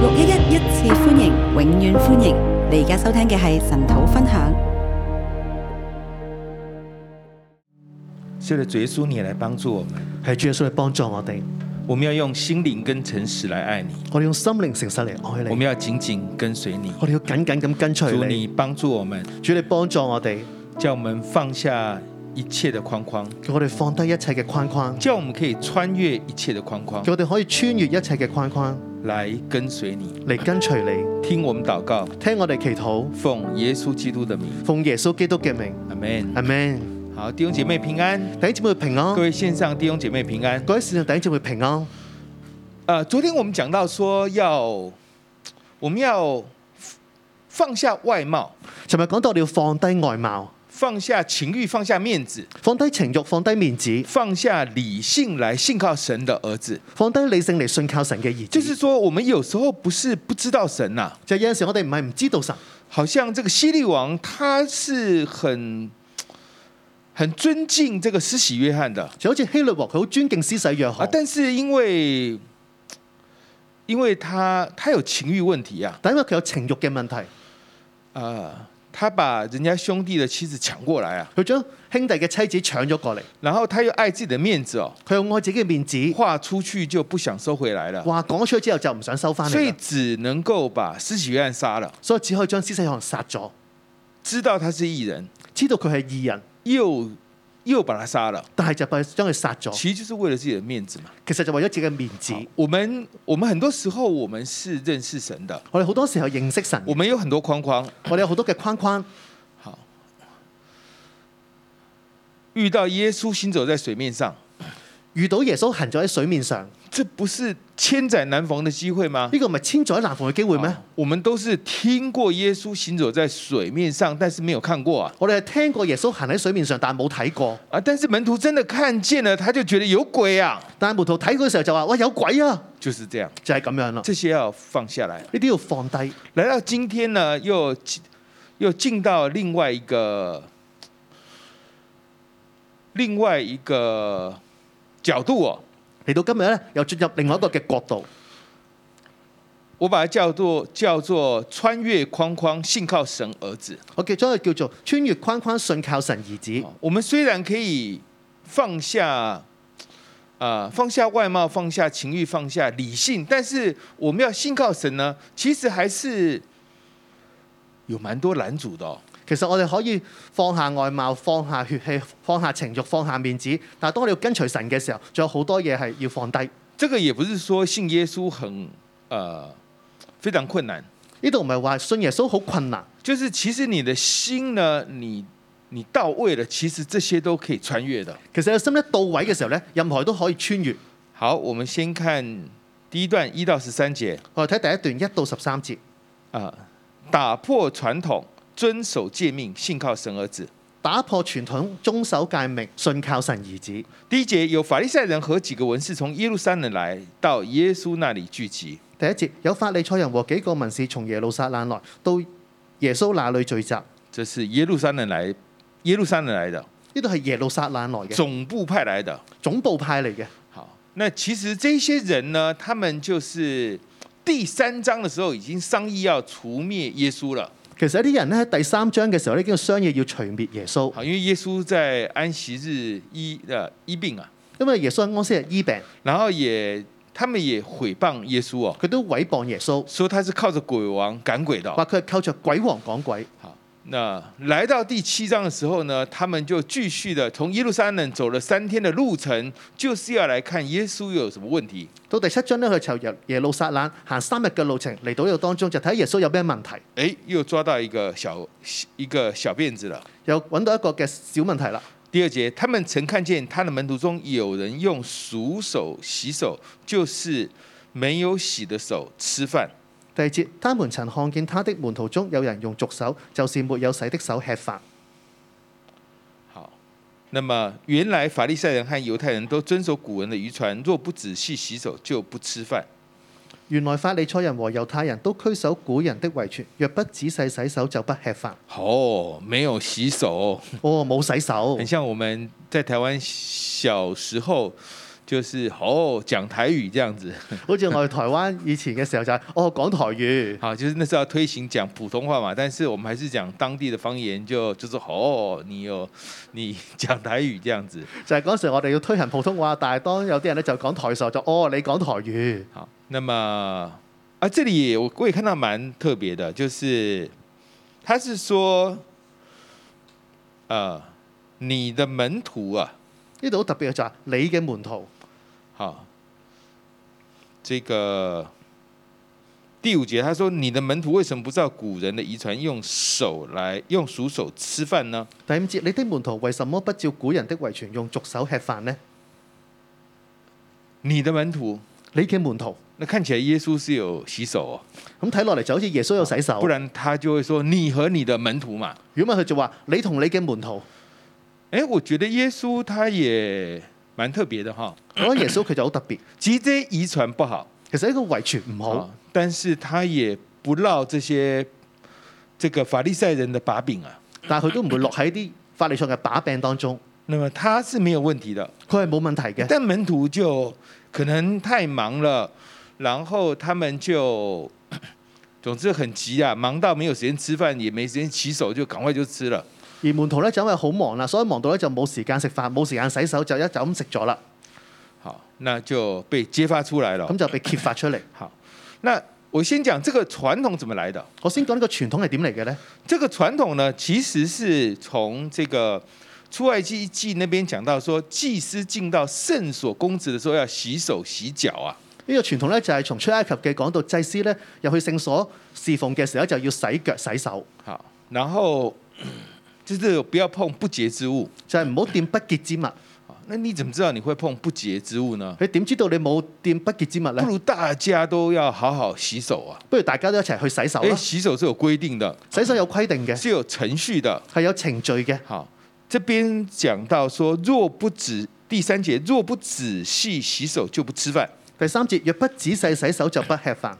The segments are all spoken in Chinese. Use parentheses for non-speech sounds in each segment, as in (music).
六一一一次歡迎，永遠歡迎！你而家收聽嘅係神土分享。是的，主耶穌，你來幫助我們，係主耶穌嚟幫助我哋，我們要用心靈跟誠實來愛你，我哋用心靈誠實嚟愛我你，們要緊緊跟隨你。我哋要緊緊咁跟主，隨你你。幫助我們，主你幫助我哋，叫我們放下一切的框框，叫我哋放低一切嘅框框，叫我們可以穿越一切的框框叫，我哋可以穿越一切嘅框框來跟隨你。嚟跟隨你。聽我們禱告，聽我哋祈禱，奉耶穌基督的名，奉耶穌基督嘅名，阿門。阿 Man，好，弟兄姐妹平安，弟兄姊妹平安各，位線上弟兄姐妹平安。各位線上弟兄姊妹平安。呃，昨天我們講到說要，我們要放下外貌，尋日講到我哋要放低外貌，放下情欲，放下面子。放低情慾，放低面子，放下理性来信靠神的儿子，放低理性嚟信靠神嘅兒就是子。说，我们有时候不是不知道神呐、就有陣時我哋唔係唔知道神，好像这个希律王他是很很尊敬这个施洗约翰的就好似希律王佢好尊敬施洗約啊翰，，但是因为因为他他有情欲问题啊，但因為佢有情慾嘅問題。啊、他把人家兄弟的妻子抢过来啊，佢將兄弟嘅妻子搶咗過嚟，然后他又爱自己的面子哦，佢又愛自己嘅面子，话出去就不想收回来了，話講咗出去之後就唔想收翻所嚟以啦，只能够把施洗约翰杀了，所以只可以將施洗約翰殺咗，知道他是异人。知道佢係義人，又又把他杀了，但係就被將佢殺咗，其实就是为了自己的面子嘛。其實就為咗自己嘅面子好。我们我们很多时候我们是认识神的，我哋好多時候認識神，我们有很多框框。我哋有好多嘅框框，好，遇到耶稣行走在水面上，遇到耶穌行咗喺水面上，呢这不是千载难逢的机会吗？個唔係千載難逢嘅機會咩？好我们都是听过耶稣行走在水面上，但是没有看过啊我哋係聽過耶穌行喺水面上，但係冇睇過。啊！但是门徒真的看见了，他就觉得有鬼啊，但係門徒睇嗰時候就話：，哇，有鬼啊！就是这样。就係咁樣咯。这些要放下来。呢啲要放低。来到今天呢，又进又进到另外一个另外一个角度哦，嚟到今日咧，又進入另外一個嘅角度，我把它叫做叫做穿越框框，信靠神儿子。哦我叫將佢叫做穿越框框，信靠神兒子。我们虽然可以放下啊、呃放下外貌，放下情欲，放下理性，但是我们要信靠神呢，其实还是有蛮多拦阻的哦。其實我哋可以放下外貌，放下血氣，放下情慾，放下面子。但係當你要跟隨神嘅時候，仲有好多嘢係要放低。这个也不是说信耶稣很呃非常困难，呢度唔係話信耶穌好困難，就是其实你的心呢，你你到位了，其实这些都可以穿越的。其實你心一到位嘅時候咧，任何都可以穿越。好，我们先看第一段一到十三节我哋睇第一段一到十三節，啊、打破传统，遵守诫命，信靠神儿子。打破傳統，遵守戒命，信靠神兒子。第一节有法利赛人和几个文士从耶路撒冷来到耶稣那里聚集，第一節有法利賽人和幾個文士從耶路撒冷來到耶穌那裏聚集，呢这是耶路撒冷来耶路撒冷来的度係耶路撒冷來嘅总部派来的。總部派嚟嘅。好，那其实这些人呢，他们就是第三章的时候已经商议要除灭耶稣了。其實呢啲人咧喺第三章嘅時候咧，已經商議要除滅耶穌，好，因为耶稣在安息日医呃医病啊，因為耶穌喺安息日醫病，然后也他们也毁谤耶稣哦，佢都毀謗耶穌，说他是靠着鬼王赶鬼的哦、話佢係靠着鬼王講鬼。好，那来到第七章的时候呢，他们就继续的从耶路撒冷走了三天的路程，就是要来看耶稣有什么问题。到第七章咧，佢就由耶路撒冷行三日嘅路程嚟到呢度當中，就睇下耶穌有咩問題，哎，又抓到一个小一个小辫子了。又揾到一個嘅小問題啦。第二节，他们曾看见他的门徒中有人用熟手洗手，就是没有洗的手吃饭。第二節，他們曾看見他的門徒中有人用俗手，就是沒有洗的手吃飯。好，那么原来法利赛人和犹太人都遵守古人的遗传，若不仔细洗手就不吃饭。原來法利賽人和猶太人都拘守古人的遺傳，若不仔細洗手就不吃飯。哦，没有洗手，哦，冇洗手很，像我们在台湾小时候就是哦讲台语这样子，好似我哋台灣以前嘅時候就係、哦講台語，好，就是那时候要推行讲普通话嘛，但是我们还是讲当地的方言就，就是哦，你有你 (laughs) 讲台语这样子。就係嗰時我哋要推行普通話，但係當有啲人咧就講台語就哦你講台語，好，那么啊，这里我我也看到蛮特别的，就是他是说，呃，你的门徒啊，呢度好特別嘅就係、你嘅門徒好，这个第五节他说，你的门徒为什么不照古人的遗传，用手来用熟手吃饭呢？第五節，你的門徒為什麼不照古人的遺傳用俗手吃飯呢？你的门徒，你嘅門徒那看起来耶稣是有洗手哦。咁睇落嚟就好似耶穌有洗手不，然他就会说你和你的门徒嘛。如果唔係佢就話你同你嘅門徒，哎，我觉得耶稣他也蛮特别的哈。我覺得耶穌佢就好特別。其实这些遗传不好，其實呢個遺傳唔好，啊，但是他也不落这些这个法利赛人的把柄啊。但係佢都唔會落喺啲法律上嘅把柄當中，那么他是没有问题的，佢係冇問題嘅。但门徒就可能太忙了，然后他们就。 (clears throat) 总之很急啊，忙到没有时间吃饭，也没时间洗手，就赶快就吃了。而門徒咧就因為好忙啦，所以忙到咧就冇時間食飯，冇時間洗手，就一就咁食咗啦，好，那就被揭发出来了咁。就被揭發出嚟。好，那我先讲这个傳統怎么来的。我先講呢個傳統係點嚟嘅呢？这个傳統呢，其实是从这个出埃及记那边讲到说，祭司进到圣所公职的时候要洗手洗脚啊。呢、個傳統咧就係從出埃及嘅講到祭司咧入去聖所侍奉嘅時候咧就要洗腳洗手，好，然后 (coughs) 就是不要碰不洁之物。就係唔好掂不潔之物。好那你怎麼知道你會碰不潔之物呢？你點知道你冇掂不潔之物不呢？如大家都要好好洗手啊！不如大家都一齊去洗手哎，啦。洗手是有規定的，洗手有規定嘅，是有程序的。係有程序嘅。好，这边讲到说，若不仔第三节，若不仔细洗手就不吃饭。第三節，若不仔細洗手就不吃飯。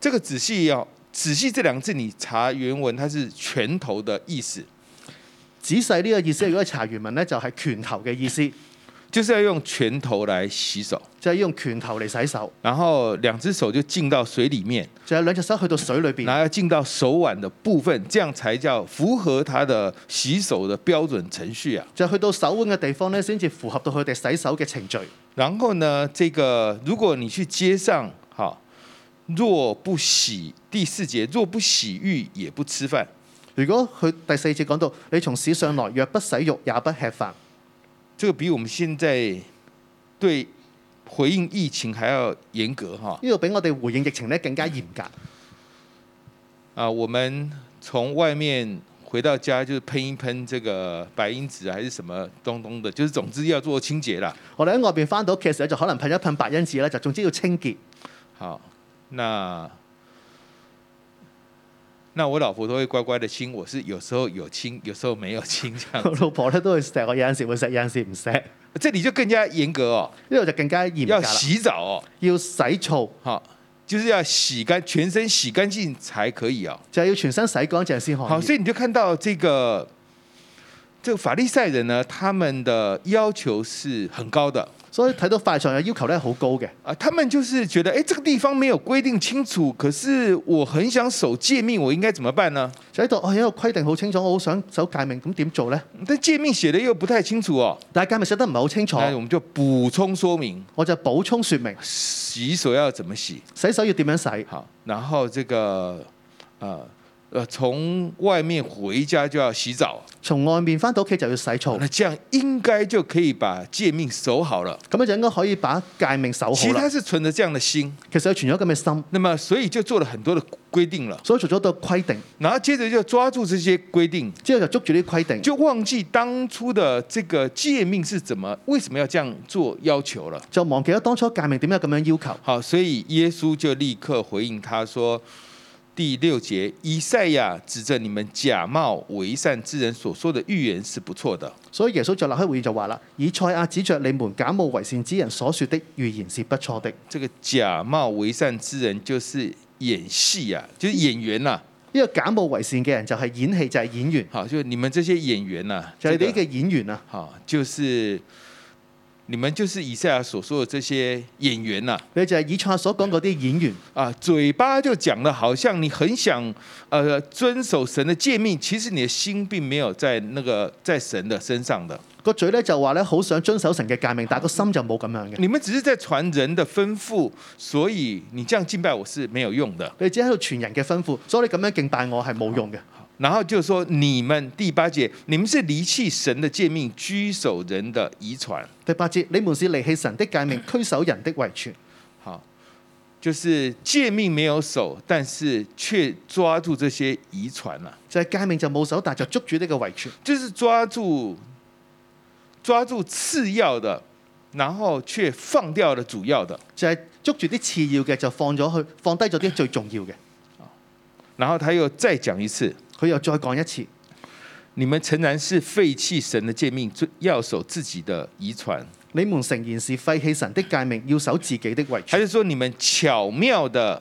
这个仔细要、仔细这两个字，你查原文，它是拳头的意思，仔細呢個意思，如果你查原文咧，就係拳頭嘅意思，就是要用拳頭来洗手，就係、要用拳頭嚟洗手，然后兩只手就浸到水里面，就係兩隻手去到水裏邊然，后要浸到手腕的部分，这样才叫符合它的洗手的标准程序啊。就去到手腕嘅地方咧，先至符合到佢哋洗手嘅程序。然后呢，这个如果你去街上，好，若不洗第四节，若不洗浴也不吃饭。如果佢第四節講到你從市上來，若不洗浴也不吃飯，这个比我们现在对回应疫情还要严格哈呢度比我哋回應疫情咧更加嚴格。啊！我们从外面回到家就是喷一喷这个白因子啊还是什么东东的，就是总之要做清洁啦。我哋喺外邊翻到屋企嘅時候，就可能噴一噴白因子咧，就總之要清潔。好，那那我老婆都会乖乖的亲，我是有时候有亲，有时候没有亲这我 (laughs) 样。老婆咧都會錫我，有陣時會錫，有陣時唔錫。呢这里就更加严格哦，度就更加嚴格要啦，洗澡哦，要洗澡，好，就是要洗干全身洗干净才可以哦。就係要全身洗乾淨先可好，所以。以你就看到这个这个法利赛人呢，他们的要求是很高的所以睇到法律上嘅要求咧好高嘅，啊，他们就是觉得，哎，这个地方没有规定清楚，可是我很想守诫命，我应该怎么办呢？就喺度哦有一個規定好清楚，我好想守戒命，咁點做咧？但诫命写的又不太清楚哦，但係戒命寫得唔係好清楚，那我们就补充说明，我就補充說明洗手要怎么洗，洗手要點樣洗，好，然后这个呃呃，从外面回家就要洗澡，從外面翻到屋企就要洗澡，那这样应该就可以把诫命守好了。咁樣就應該可以把戒命守好其实啦他。是存着这样的心。其實佢存咗咁嘅心，那么所以就做了很多的规定了，所以做咗個規定，然后接着就抓住这些规定，之後就捉住呢啲規定，就忘记当初的这个诫命是怎么为什么要这样做要求了。就忘記咗當初戒命點解咁樣要求。好，所以耶稣就立刻回应他说。第六节，以赛亚指着你们假冒为善之人所说的预言是不错的。所以耶穌就立刻回應就話啦：以賽亞指着你們假冒為善之人所說的預言是不錯的。这个假冒为善之人就是演戏啊，就是演员呐、呢個假冒為善嘅人就係演戲，就係演員，好，就是你们这些演员呐、就係你这哋个呢啲嘅演員啊，好，就是你们就是以赛亚所说的这些演员啊呐、你就係以賽亞所講嗰啲演員，啊，嘴巴就讲的好像你很想呃遵守神的诫命，其实你的心并没有在那个在神的身上的，個嘴咧就話咧好想遵守神嘅誡命，但係個心就冇咁樣嘅。你们只是在传人的吩咐，所以你这样敬拜我是没有用的。你只喺度傳人嘅吩咐，所以你咁樣敬拜我係冇用嘅。然后就说你们第八节，你们是离弃神的诫命，居守人的遗传。第八節，你們是離棄神的誡命，拘守人的遺傳。好，就是诫命没有守，但是却抓住这些遗传啊了、就係誡命就冇手，但係就捉住呢個遺傳，就是抓住抓住次要的，然后却放掉了主要的。就係、捉住啲次要嘅就放咗去，放低咗啲最重要嘅。然后他又再讲一次，佢又再講一次，你们诚然是废弃神的诫命，最要守自己的遗传。你們誠然是廢棄神的誡命，要守自己的遺还傳。是说你们巧妙的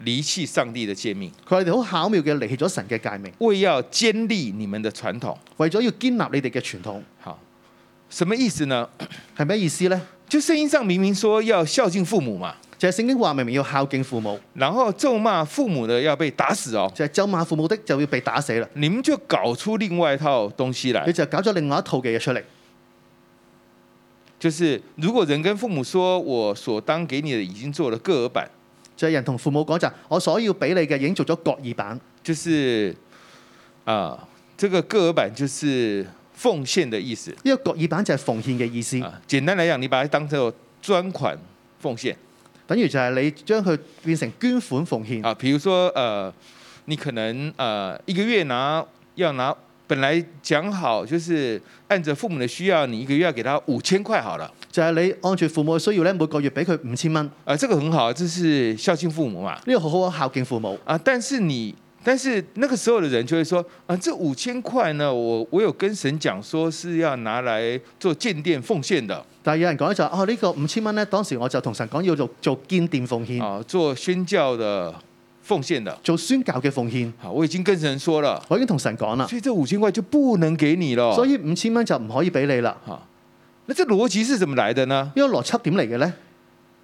离弃上帝的诫命，佢哋好巧妙嘅離棄咗神嘅誡命，为要坚立你们的传统？為咗要建立你哋嘅傳統，好，什么意思呢？係咩意思呢？就圣经上明明说要孝敬父母嘛，就係、聖經話明明要孝敬父母，然后咒骂父母的要被打死哦，就係、咒罵父母的就要被打死啦。你们就搞出另外一套东西来你。就搞咗另外一套嘅嘢出嚟，就是如果人跟父母说我所当给你的已经做了个儿版，就係、人同父母講就係我所要俾你嘅已經做咗割耳版，就是啊、这个个儿版就是奉献的意思呢、個割耳版就係奉獻嘅意思啊、，简单来讲，你把它当做专款奉献等於就係你將佢變成捐款奉獻。啊。比如说呃，你可能呃一个月拿要拿，本来讲好就是按着父母的需要，你一个月要给他五千块好了。就係你按住父母嘅需要咧，每個月俾佢五千蚊，呢啊，这个很好，这是孝敬父母嘛。個好好孝敬父母。啊，但是你，但是那个时候的人就会说，啊，这五千块呢，我我有跟神讲说是要拿来做建殿奉献的，但係有人講咧就係、哦呢、個五千蚊咧，當時我就同神講要做做堅店奉獻，啊，做宣教的奉献的。啊做宣教嘅奉獻。好，我已经跟神说了，我已經同神講啦，所以这五千块就不能给你了。啊所以五千蚊就唔可以俾你啦。好，那这逻辑是怎么来的呢？呢個邏輯點嚟嘅咧？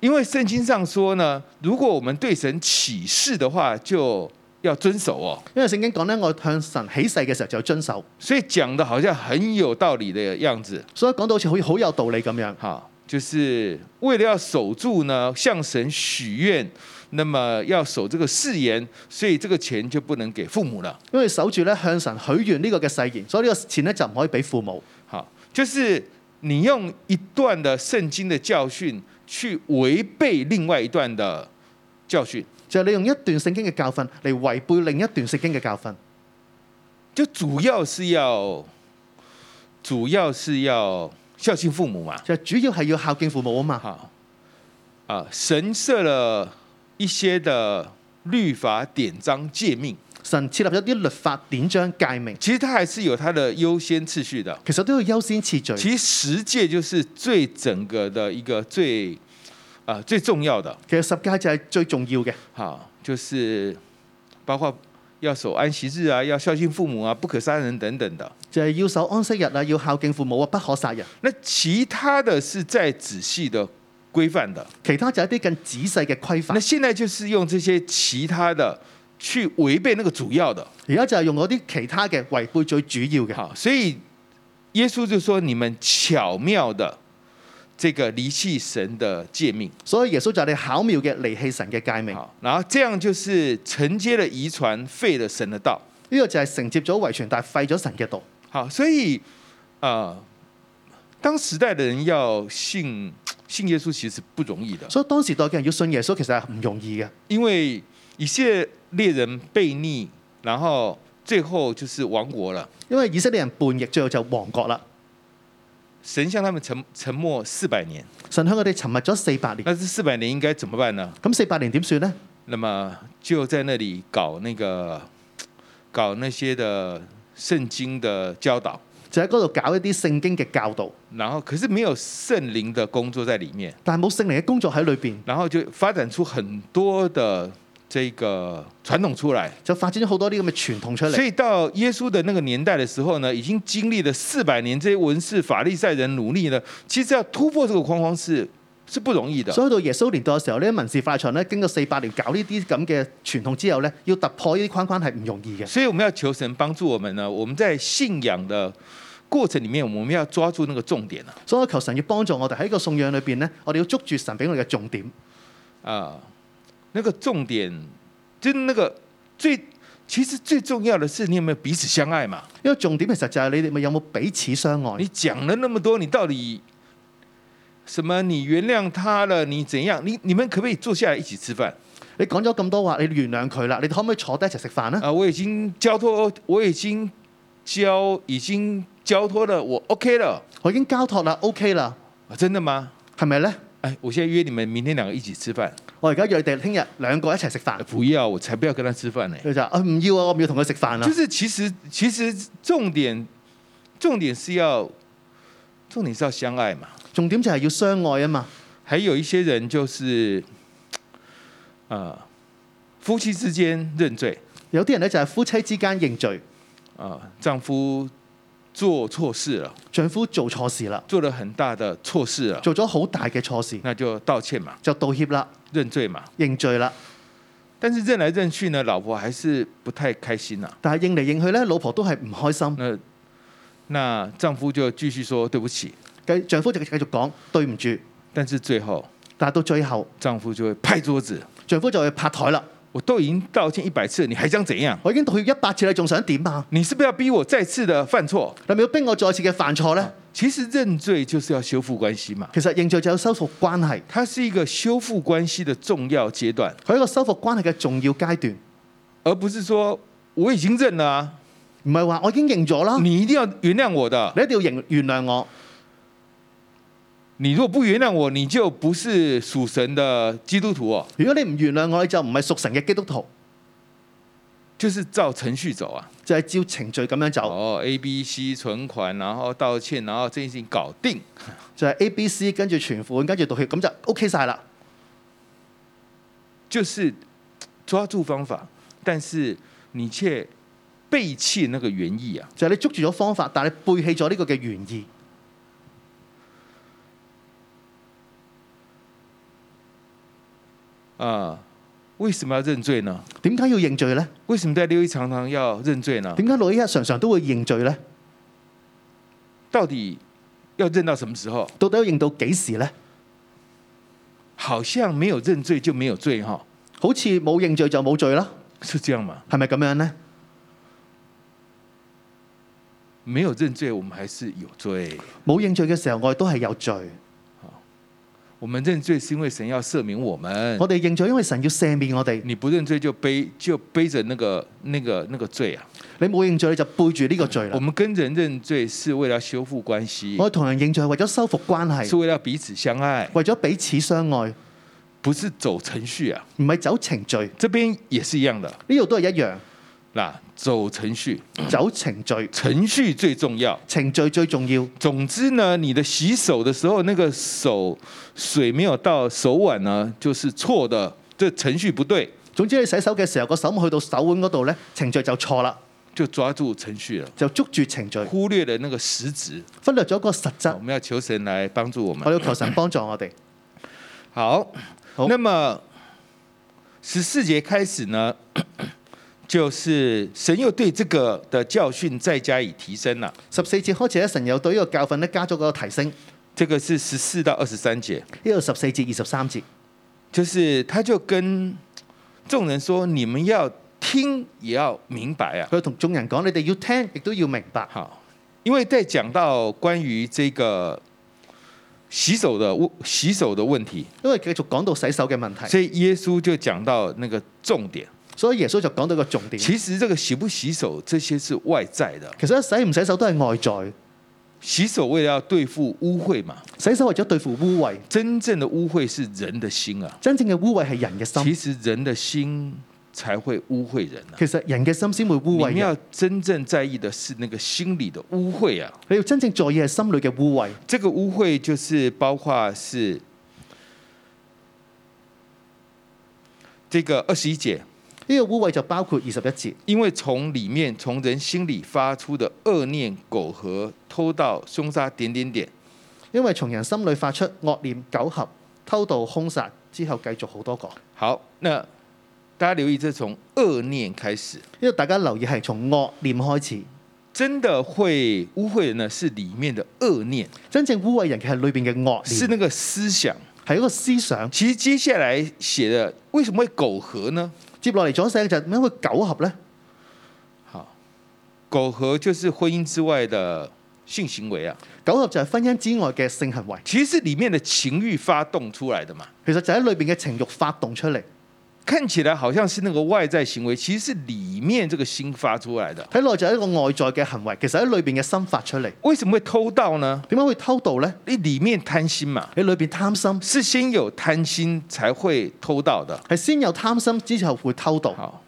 因为圣经上说呢，如果我们对神起誓的话，就要遵守哦。因為聖經講咧，我向神起誓嘅時候就要遵守，所以讲的好像很有道理的样子。所以講到好似好好有道理咁樣。好，就是为了要守住呢，向神许愿，那么要守这个誓言，所以这个钱就不能给父母了。因為守住咧向神許願呢個嘅誓言，所以呢個錢咧就唔可以俾父母。好，就是你用一段的圣经的教训去违背另外一段的教训，就係、你用一段聖經嘅教訓嚟違背另一段聖經嘅教訓，就主要是要，主要是要孝敬父母嘛。就係、主要係要孝敬父母啊嘛。好，啊，神设了一些的律法典章诫命。神設立咗啲律法典章界命，其实它还是有它的优先次序的。其實都要優先次序。其实十诫就是最整个的一个最啊、呃最重要的，其實十戒就係最重要嘅，好，就是包括要守安息日啊，要孝敬父母啊，不可杀人等等的。就係、要守安息日啊，要孝敬父母啊，不可殺人。那其他的是再仔细的规范的。其他就係一啲更仔細嘅規那範。现在就是用这些其他的去违背那个主要的，而家就係用嗰啲其他嘅違背最主要嘅。好，所以耶稣就说你们巧妙的这个离弃神的诫命。所以耶穌就係你巧妙嘅離棄神嘅界命。呢、好，然后这样就是承接了遗传，废了神的道。個就係承接咗遺傳，但係廢咗神嘅道。好，所以呃，当时代的人要信信耶稣其实不容易的，所以當時代嘅人要信耶穌其實係唔容易嘅，因为以色列人悖逆，然后最后就是亡国了。因為以色列人叛逆，最後就亡國啦。神向他们沉沉默四百年，神向佢哋沉默咗四百年，那这四百年应该怎么办呢？咁四百年點算呢？那么就在那里搞那个搞那些的圣经的教导，就喺嗰度搞一啲聖經嘅教導，然后可是没有圣灵的工作在里面。但係冇聖靈嘅工作喺裏邊。然后就发展出很多的这个传统出来。就發展咗好多啲咁嘅傳統出所嚟。以到耶稣的那个年代的时候呢，已经经历了四百年这些文士、法利赛人努力呢，其实要突破这个框框是是不容易的。所以到耶穌年代嘅時候，呢啲民事法律場咧經過四百年搞呢啲咁嘅傳統之後咧，要突破呢啲框框係唔容易嘅。所以我们要求神帮助我们呢，我们在信仰的过程里面，我们要抓住那个重点啊所以我求神要幫助我哋喺呢個信仰裏邊咧，我哋要捉住神俾我哋嘅重點。啊、那个重点就是那个最其实最重要的是你有没有彼此相爱嘛？因為重點其實就係你哋咪有冇彼此相愛哦你。讲了那么多，你到底什么？你原谅他了，你怎样？你你们可不可以坐下来一起吃饭？你講咗咁多話，你原諒佢啦，你哋可唔可以坐低一齊食飯啊？啊，我已经交托，我已经交，已经交托了，我 OK 了，我已經交託啦，OK 啦，啊真的吗？係咪咧？哎，我现在约你們明天兩個一起吃飯，我而家約你哋聽日兩個一齊食飯。不要，我才不要跟他吃飯呢。佢就話啊唔要啊，我唔要同佢食飯啦就。是其實其實重點重點是要重點是要相愛嘛。重點就係要相愛啊嘛。還有一些人就是，呃，夫妻之間認罪有啲人咧就係夫妻之間認罪，啊、丈夫做錯事了，丈夫做錯事啦，做了很大的錯事了，做咗好大嘅錯事，那就道歉嘛，就道歉啦，認罪嘛。認罪啦。但是认来认去呢，老婆还是不太开心呐、但係認嚟認去咧，老婆都係唔開心。那那丈夫就继续说对不起，繼丈夫就繼續講對唔住，但是最后但係到最後，丈夫就会拍桌子，丈夫就去拍台啦。我都已经道歉一百次了，你还想怎样？我已經道歉一百次啦，你仲想點啊？你是不是要逼我再次的犯错？你咪要逼我再次嘅犯錯咧？其实认罪就是要修复关系嘛，其實認罪就有修復關係，它是一个修复关系的重要阶段，佢係一個修復關係嘅重要階段，而不是说我已经认了啊，唔係話我已經認咗啦，你一定要原谅我的。你一定要認原諒我。你如果不原谅我，你就不是属神的基督徒哦，如果你唔原諒我，你就唔係屬神嘅基督徒，就是照程序走啊。就係、照程序咁樣走，哦，A、B、C 存款，然后道歉，然后这件事情搞定。就係、A、B、C 跟住存款，跟住道歉，咁就 OK 晒啦。就是抓住方法，但是你却背弃那个原意啊！就係、你捉住咗方法，但係你背棄咗呢個嘅原意。啊、为什么要认罪呢？點解要認罪呢？为什么在六一常常要认罪呢？點解老一日常常都會認罪呢？到底要认到什么時候？到底要認到幾時呢？好像没有认罪就没有罪哈，好似冇認罪就冇罪啦，是这样吗？係咪咁樣呢？没有认罪，我们还是有罪。冇認罪嘅時候，我哋都係有罪。我们认罪是因为神要赦免我们，我哋認罪，因為神要赦免我哋。你不认罪就背就背着那个那个那个罪啊。你冇認罪，你就背住呢個罪我啦。们跟人认罪是为了修复关系，我哋同人認罪係為咗修復關是係，为了彼此相爱，為咗彼此相愛，不是走程序啊。唔係走程序。这边也是一样的，呢度都係一樣，嗱，走程序，走程序，程序最重要。程序最重要。总之呢，你的洗手的时候，那个手水没有到手腕呢，就是错的，这程序不对，總之你洗手嘅時候，個手冇去到手腕嗰度呢，程序就錯啦，就抓住程序了，就捉住程序，忽略了那个实质。忽略咗個實我質。们要求神来帮助我我们。要求神幫助我哋。好，好那么十四节开始呢， (clears throat) 就是神又对这个的教训再加以提升啊了。十四節開始咧，神又對呢個教訓咧加咗個提升。呢这个是十四到二十三节，度十四節、二十三節，就是他就跟众人说：“你们要听，也要明白啊。佢同眾人講：你哋要聽，亦都要明”白。好，因为在讲到关于这个洗手的问洗手的问题，因為繼續講到洗手嘅問題，所以耶稣就讲到那个重点。所以耶穌就講到個重點。其实这个洗不洗手，这些是外在的。其實洗唔洗手都係外在，洗手为了要对付污秽嘛，洗手為咗對付污穢。真正的污秽是人的心啊。真正嘅污穢係人嘅其心，实人的心才会污秽人啊。其實人嘅心先會你污穢们要人。真正在意的是那个心里的污秽啊。你要真正在意係心裏嘅污穢，这个污秽就是包括是这个二十一节，呢個污穢就包括二十一節，因为从里面从人心里发出的恶念、苟合、偷盗、凶杀，点点点，因為從人心裏發出惡念、苟合、偷盜、兇殺，之後繼續好多個。好，那大家留意，这從惡念開始，因為大家留意係從惡念開始，真的會污穢人呢，是裡面的惡念，真正污穢人嘅係裏邊嘅惡是念，那個思想。係一個思想。其實接下來寫的為什麼會苟合呢？接落嚟咗寫嘅就係點解會苟合呢？好，苟合就是婚姻之外的性行為啊，苟合就係婚姻之外嘅性行為，其實是裡面的情欲發動出來的嘛。其實就喺裏邊嘅情慾發動出嚟，看起來好像是那個外在行為，其實是裡面這個心發出來的。睇落就係一個外在嘅行為，其實喺裏邊嘅心發出嚟。為什麼會偷盜呢？點解會偷盜呢？你裡面貪心嘛，你裏邊貪心，是先有貪心才會偷盜的。係先有貪心，之後會偷盜，好，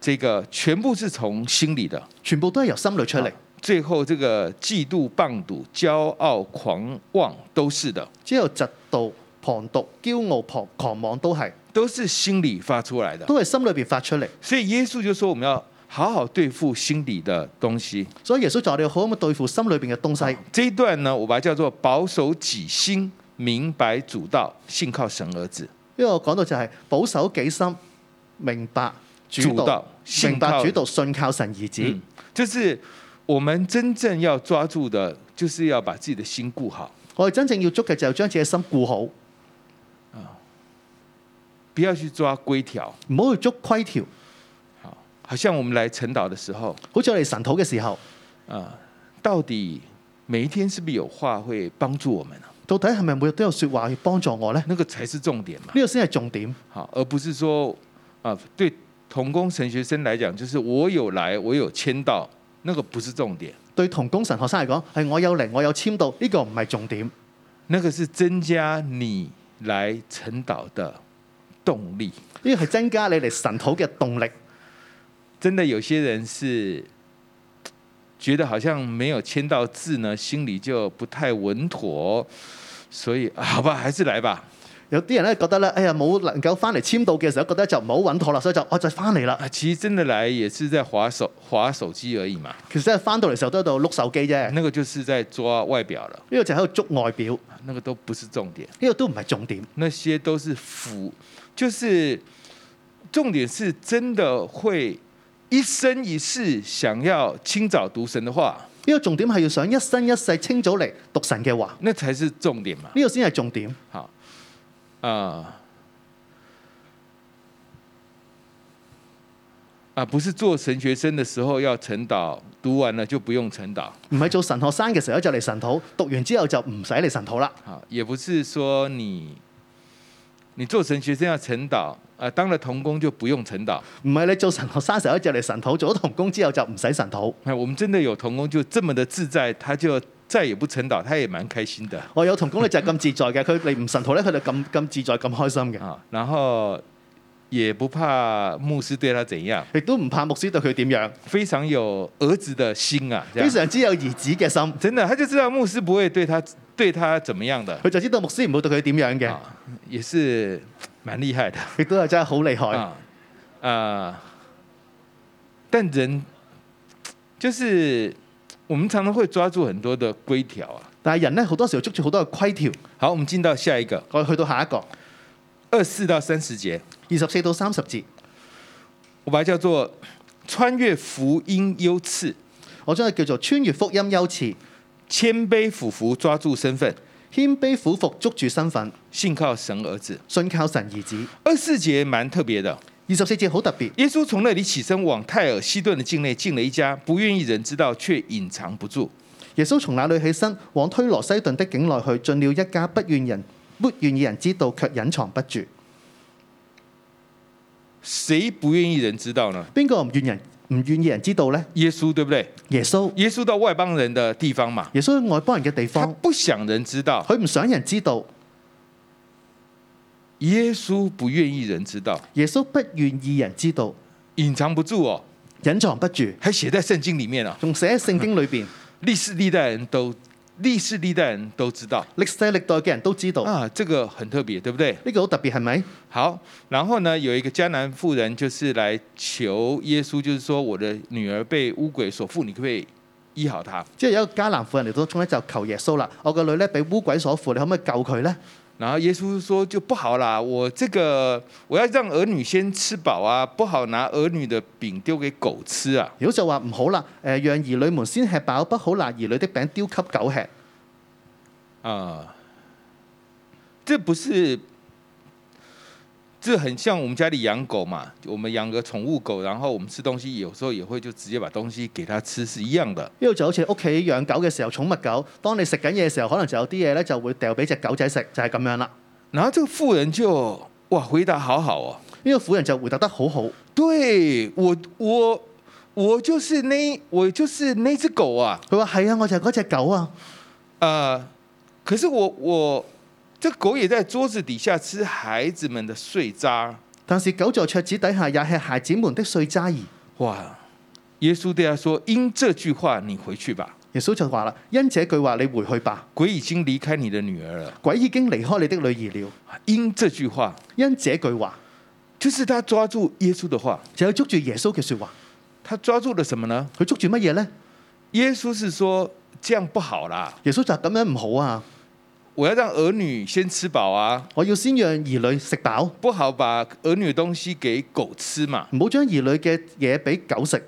這個全部是從心裡的全部都係由心裏出嚟好。最後這個嫉妒、棒賭、驕傲、狂妄都是的，之後嫉妒、旁毒、驕傲、狂狂妄都係，都是心裡發出來的。都係心裏邊發出嚟。所以耶穌就說，我們要好好對付心裡的東西。所以耶穌就話：你要好好咁對付心裏邊嘅東西。這一段呢，我把它叫做保守己心，明白主道，信靠神儿子。因為我講到就係保守己心，明白主主道道，信明白靠主道，信靠神兒子嗯。，就是我們真正要抓住的，就是要把自己的心顧好，我哋真正要捉嘅就係將自己嘅心顧好，唔不要去抓規條。好去捉規條。好像我们來晨島的時候，好似我哋神土嘅時候，啊、到底每一天是不是有話會幫助我們呢、到底係咪每日都有説話去幫助我呢？呢、那個才是重點嘛。個先係重點，好，而不是說啊、对童工神學生來講，就是我有來，我有簽到，那個不是重點，對同工神學生嚟講，係我有嚟，我有簽到，呢、個唔係重點，呢、那個是增加你來晨島的動力。個係增加你嚟神土嘅動力。真的有些人是觉得好像沒有簽到字呢，心裡就不太穩妥，所以、啊好吧，還是來吧。有啲人咧覺得咧，哎呀冇能夠翻嚟簽到嘅時候，覺得就唔好穩妥啦，所以就我就翻嚟啦。啊，其實真的來也是在滑手滑手機而已嘛，其實真係翻到嚟時候都喺度碌手機啫。呢、那個就是在抓外表了，個就喺度捉外表，呢、那個都不是重點，個都唔係重點。那些都是腐，就是重點是真的會一生一世想要清早讀神的話，呢、個重點係要想一生一世清早嚟讀神嘅話，呢、那才是重點嘛。個先係重點。好，啊、啊，不是做神学生的時候要晨祷，讀完了就不用晨祷。唔係做神學生嘅時候就嚟神土，讀完之後就唔使嚟神土啦。好，也不是说你你做神学生要晨祷，啊、当了童工就不用晨祷。唔係你做神學生嘅時候就嚟神土，做咗童工之後就唔使神土。那我们真的有童工就这么的自在，他就再也不晨祷，他也蛮开心的我有童工咧就係咁自在嘅，佢嚟唔神土咧佢就咁咁自在咁開心嘅，啊。然后也不怕牧师對他怎樣，亦都唔怕牧師對佢點樣，非常有兒子的心啊，这非样常之有兒子嘅心。真的，他就知道牧师不會對他對他怎麼樣的，佢就知道牧師唔會對佢點樣嘅，啊，也是蠻厲害的亦都係真係好厲害。啊，呃，但人就是我們常常會抓住很多的規條啊。但係人咧好多時候捉住好多嘅規條，好，我們進到下一個我去到下一個二四到三十節，二十四到三十節，我把它叫做穿越福音優次，我將佢叫做穿越福音優次，謙卑俯伏抓住身份，謙卑苦服捉住身份，信靠神兒子。信靠神兒子。二四節蠻特別的，二十四節好特別，耶穌從那裡起身，往泰爾西頓的境內進了一家，不願意人知道，卻隱藏不住。耶穌從那裏起身，往推羅西頓的境內去，進了一家，不願人不願意人知道，卻隱藏不住。誰不願意人知道呢？邊個唔願人唔願意人知道呢？耶穌對不對？耶穌，耶穌到外邦人的地方嘛，耶穌去外邦人嘅地他 (laughs) 方，不想人知道，佢唔想人知道，耶穌不願意人知道，耶穌不願意人知道，隱藏不住哦，隱藏不住，還寫在聖經裡面哦，仲寫喺聖經裏邊。歷世歷代人都历世历代人都知道歷世歷代嘅人都知道，呢、啊，這個很特別，對不對？個好特別係咪？好，然後呢，有一個迦南婦人就是來求耶穌，就是說我的女兒被污鬼所附，你可不可以醫好她？即係有一個迦南婦人嚟到中咧就求耶穌啦，我個女咧俾烏鬼所附，你可唔可以救佢咧？然後耶穌說就不好啦，我這个我要讓兒女先吃飽啊，不好拿兒女的餅丟給狗吃啊。如果就話唔好啦，誒、讓兒女們先吃飽，不好拿兒女的餅丟給狗吃。啊、这不是，这很像我们家里养狗嘛，我们养个宠物狗，然后我们吃东西有时候也会就直接把东西给它吃是一樣的。呢度就好似屋企養狗嘅時候，寵物狗，當你食緊嘢嘅時候，可能就有啲嘢咧就會掉俾只狗仔食，就係、咁樣啦。然後這個婦人就哇回答好好哦，呢、個婦人就回答得好好，对我我我就是那我就是那只狗啊，佢話係啊，我就係嗰只狗啊，呃，可是我我这狗也在桌子底下吃孩子们的碎渣，但是狗在桌子底下也吃孩子們的碎渣兒。哇！耶穌對他說：“因這句話，你回去吧，耶穌就話啦：因這句話，你回去吧，鬼已經離開你的女兒了。鬼已經離開你的女兒了。因這句話，因這句話，就是他抓住耶穌的話，就有捉住耶穌嘅説話。他抓住了什麼呢？佢捉住乜嘢呢？耶穌是說這樣不好啦，耶穌就話咁樣唔好啊！我要讓兒女先吃飽啊，我要先讓兒女食飽，不好把兒女的東西給狗吃嘛。唔好將兒女嘅嘢俾狗食。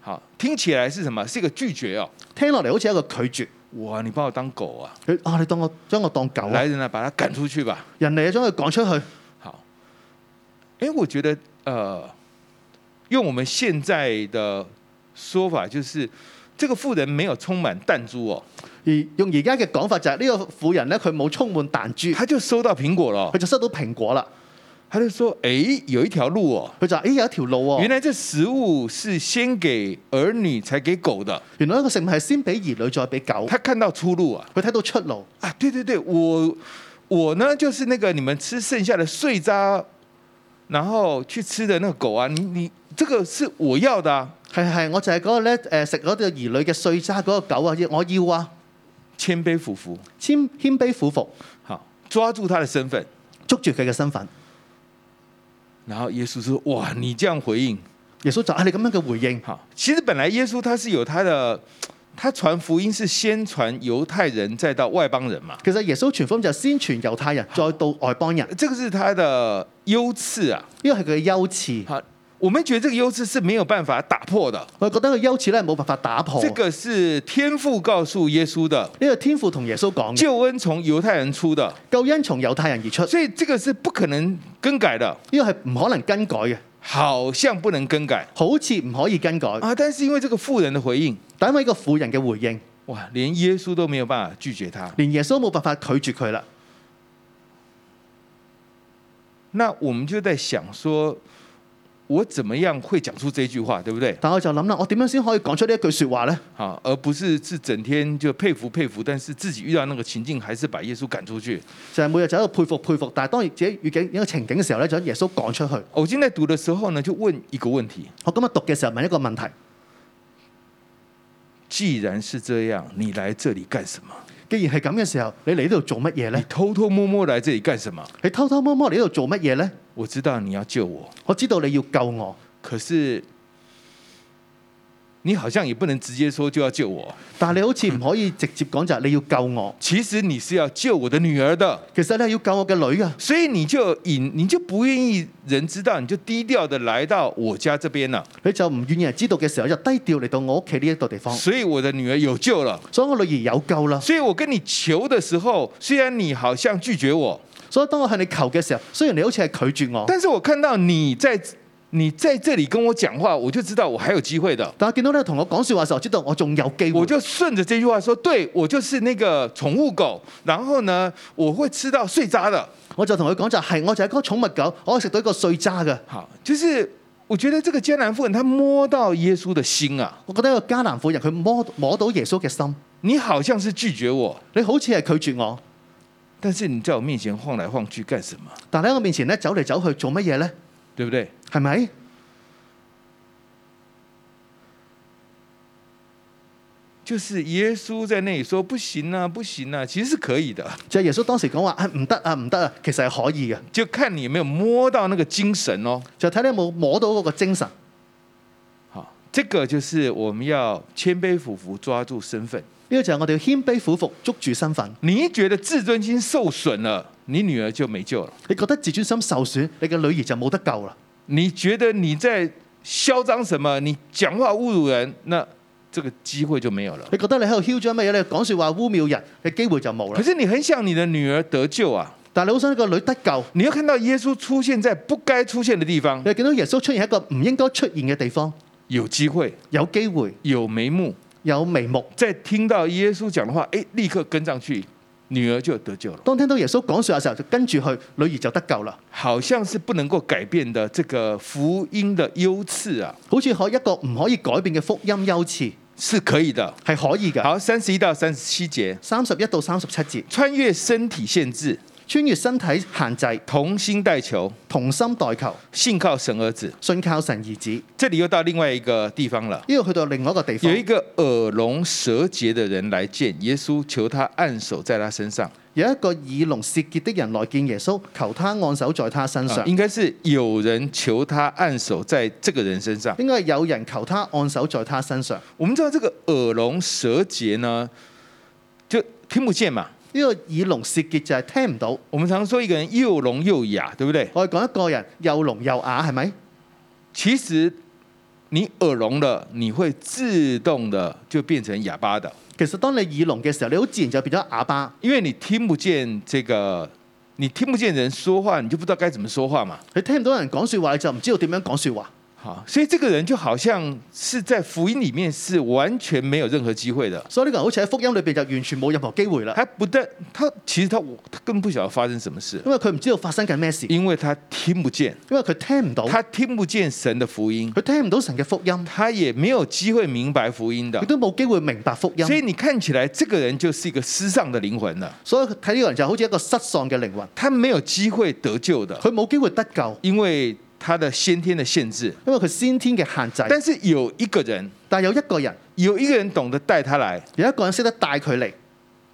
好，聽起來是什麼？是一個拒絕哦。聽落嚟好似一個拒絕。哇，你把我當狗啊！佢啊，你當我將我當狗啊來人啊，把他趕出去吧。人哋就將佢趕出去。好，哎、我覺得呃，用我們現在的說法，就是這個婦人沒有充滿彈珠哦，而用而家嘅講法就係、呢、個婦人咧，佢冇充滿彈珠，他就收到蘋果了哦佢，就收到蘋果啦。他就說：“哎、有一條路哦，佢就話：咦，有一條路喎、原來這食物是先給兒女才給狗的。原來呢個食物係先俾兒女再俾狗。他看到出路啊佢睇到出路，啊！對對對，我我呢就是那個你們吃剩下的碎渣，然後去吃的那個狗啊，你你這個是我要的啊。”係係，我就係嗰個咧誒食嗰個兒女嘅碎渣嗰個狗啊，要我要啊，謙卑俯伏，謙謙卑俯伏，好抓住他的身份。捉住佢嘅身份。然後耶穌說：“哇，你這樣回應，耶穌就啊，你咁樣嘅回應，好。其實本來耶穌他是有他的，他傳福音是先傳猶太人，再到外邦人嘛，其實耶穌傳福音就係先傳猶太人，再到外邦人，這個是他的優次啊。呢個係佢嘅優次。好，我們覺得這個優次是沒有辦法打破的，我覺得佢優次咧冇辦法打破。這呢個是天父告訴耶穌的，個天父同耶穌講嘅，救恩從猶太人出的，救恩從猶太人而出，呢所以這個是不可能更改的，個係唔可能更改嘅，好像不能更改好似唔可以更改。啊。但是因為這個婦人的回應，但因為呢個婦人嘅回應，哇，連耶穌都沒有辦法拒絕他。連耶穌冇辦法拒絕佢啦。那我们就在想说，我怎么样会讲出这句话，对不对？但我就諗啦，我點樣先可以講出呢一句説話呢？好，而不是是整天就佩服佩服，但是自己遇到那个情境，还是把耶稣趕出去。就係、每日就喺度佩服佩服，但係當然自己遇見一個情景嘅時候咧，就將耶穌講出去。哦我今天在读的時候呢，就問一個問題：我今日讀嘅時候問一個問題：既然是这樣，你來這裡幹什麼？既然係咁嘅時候，你嚟呢度做乜嘢你呢？偷偷摸摸來這裡幹什麼？你偷偷摸摸嚟呢度做乜嘢呢？我知道你要救我，我知道你要救我，可是你好像也不能直接說就要救我。但係你好似唔可以直接講就係你要救我。其實你是要救我的女兒的。其實你係要救我嘅女啊，所以你就隐，你就不愿意人知道，你就低調的來到我家這邊了。你就唔願意人知道嘅時候，就低調嚟到我屋企呢一度地方。所以我的女兒有救了。所以我女兒有救啦。所以我跟你求的時候，雖然你好像拒絕我，所以當我向你求嘅時候，雖然你好似係拒絕我，但是我看到你在你在這裡跟我講話，我就知道我還有機會的。但我見到你同我講説話嘅時候，我知道我仲有機會我。就順着這句話說，對我就是那個寵物狗，然後呢，我會吃到碎渣的。我就同佢講就係、我就係嗰個寵物狗，我可以食到一個碎渣嘅。好，就是我覺得這個迦南婦人她摸到耶穌的心啊，我覺得一個迦南婦人佢摸摸到耶穌嘅心，你好像是拒絕我，你好似係拒絕我，但是你在我面前晃來晃去幹什麼？但喺我面前咧走嚟走去做乜嘢呢？对不对？係咪？就是耶稣在那里说不行啊，不行啊，其实是可以的，就係耶穌當時講話啊唔得啊唔得啊，其實係可以嘅，就看你有沒有摸到那个精神哦。就睇你有冇摸到嗰個精神。好，这个就是我们要谦卑俯伏，抓住身份。呢個就係我哋要謙卑俯伏，捉住身份。你一觉得自尊心受损了，你女儿就没救了；你覺得自尊心受損，你嘅女兒就冇得救啦。你觉得你在嚣张什么，你讲话侮辱人，那这个机会就没有了。你覺得你喺度囂張乜嘢？你講説話污蔑人，你機會就冇可啦。是你很想你的女儿得救啊，但係你好想你個女得救，你又看到耶稣出現在不該出現的地方你，又見到耶穌出現喺一個唔應該出現嘅地方，有機會，有機會，有眉目，有眉目。在聽到耶穌講的話，哎，立刻跟上去，女兒就得救了。當聽到耶穌講説話嘅時候，就跟住去，女兒就得救啦。好像是不能夠改變的這個福音的優次啊，好似可一個唔可以改變嘅福音優次是可以的。係可以㗎。好，三十一到三十七節，三十一到三十七節，穿越身體限制，穿越身體限制，同心代求，同心代求，信靠神兒子。信靠神兒子。這裡又到另外一個地方了。呢度去到另外一個地方有，一個耳聋舌结的人來見耶穌，求他按手在他身上。有一個耳聋舌結的人來見耶穌，求他按手在他身啊上。应该是有人求他按手在这个人身上。應該係有人求他按手在他身上。我们知道这个耳聋舌结呢，就听不见嘛。呢、個耳聋舌結就係聽唔到。我们常说一个人又聋又哑，对不对？我哋講一個人又聋又啞係咪？其实你耳聋了，你会自动的就变成哑巴的，其實當你耳聋嘅時候，你好自然就變咗啞巴，因为你听不见这个，你听不见人说話，你就不知道該怎麼說話嘛。你聽唔到人講说話，你就唔知道點樣講说話。好，所以这个人就好像是在福音里面是完全没有任何机会的。所以呢個人好似喺福音裏邊就完全冇任何機會啦，他不但他其实他他根本不晓得发生什么事，因為佢唔知道發生緊咩事，因因为他听不见，為佢聽唔到，他聽不見神的福音，佢聽唔到神嘅福音，他也沒有機會明白福音的亦。都冇機會明白福音所。以你看起來，這個人就是一個失喪的靈魂了，所以睇呢個人就好似一個失喪嘅靈魂，他沒有機會得救的，佢冇機會得救，因為他的先天的限制。因為佢先天嘅限制。但是有一個人，但有一個人，有一個人懂得帶他來。有一個人識得帶佢嚟。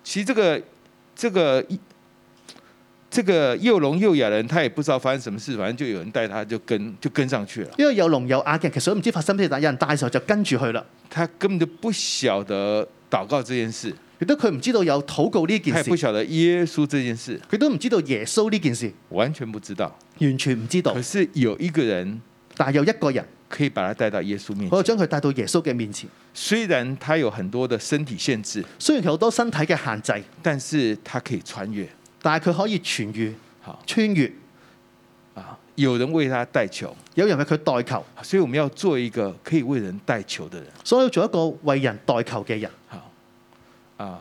其實這個這個這個又聋又啞的人，他也不知道發生什麼事，反正就有人帶他，就跟就跟上去了。因為有聾有啞嘅人，其實都唔知發生咩事，但有人帶嘅時候就跟住佢啦。他根本就不曉得禱告這件事，亦都佢唔知道有禱告呢他件也事不，曉得耶穌這件事，佢都唔知道耶穌呢件事，完全不知道。完全唔知道可。是有一个人但係有一個人，可以把他帶到耶穌面前，我就將佢帶到耶穌嘅面前。虽然他有很多的身體限制，雖然佢好多身體嘅限制，但是他可以穿越。但係佢可以痊愈、好穿越。啊，有人為他代求，有人為佢代求，所以我們要做一個可以為人代求的人所以要做一個為人代求嘅人。啊。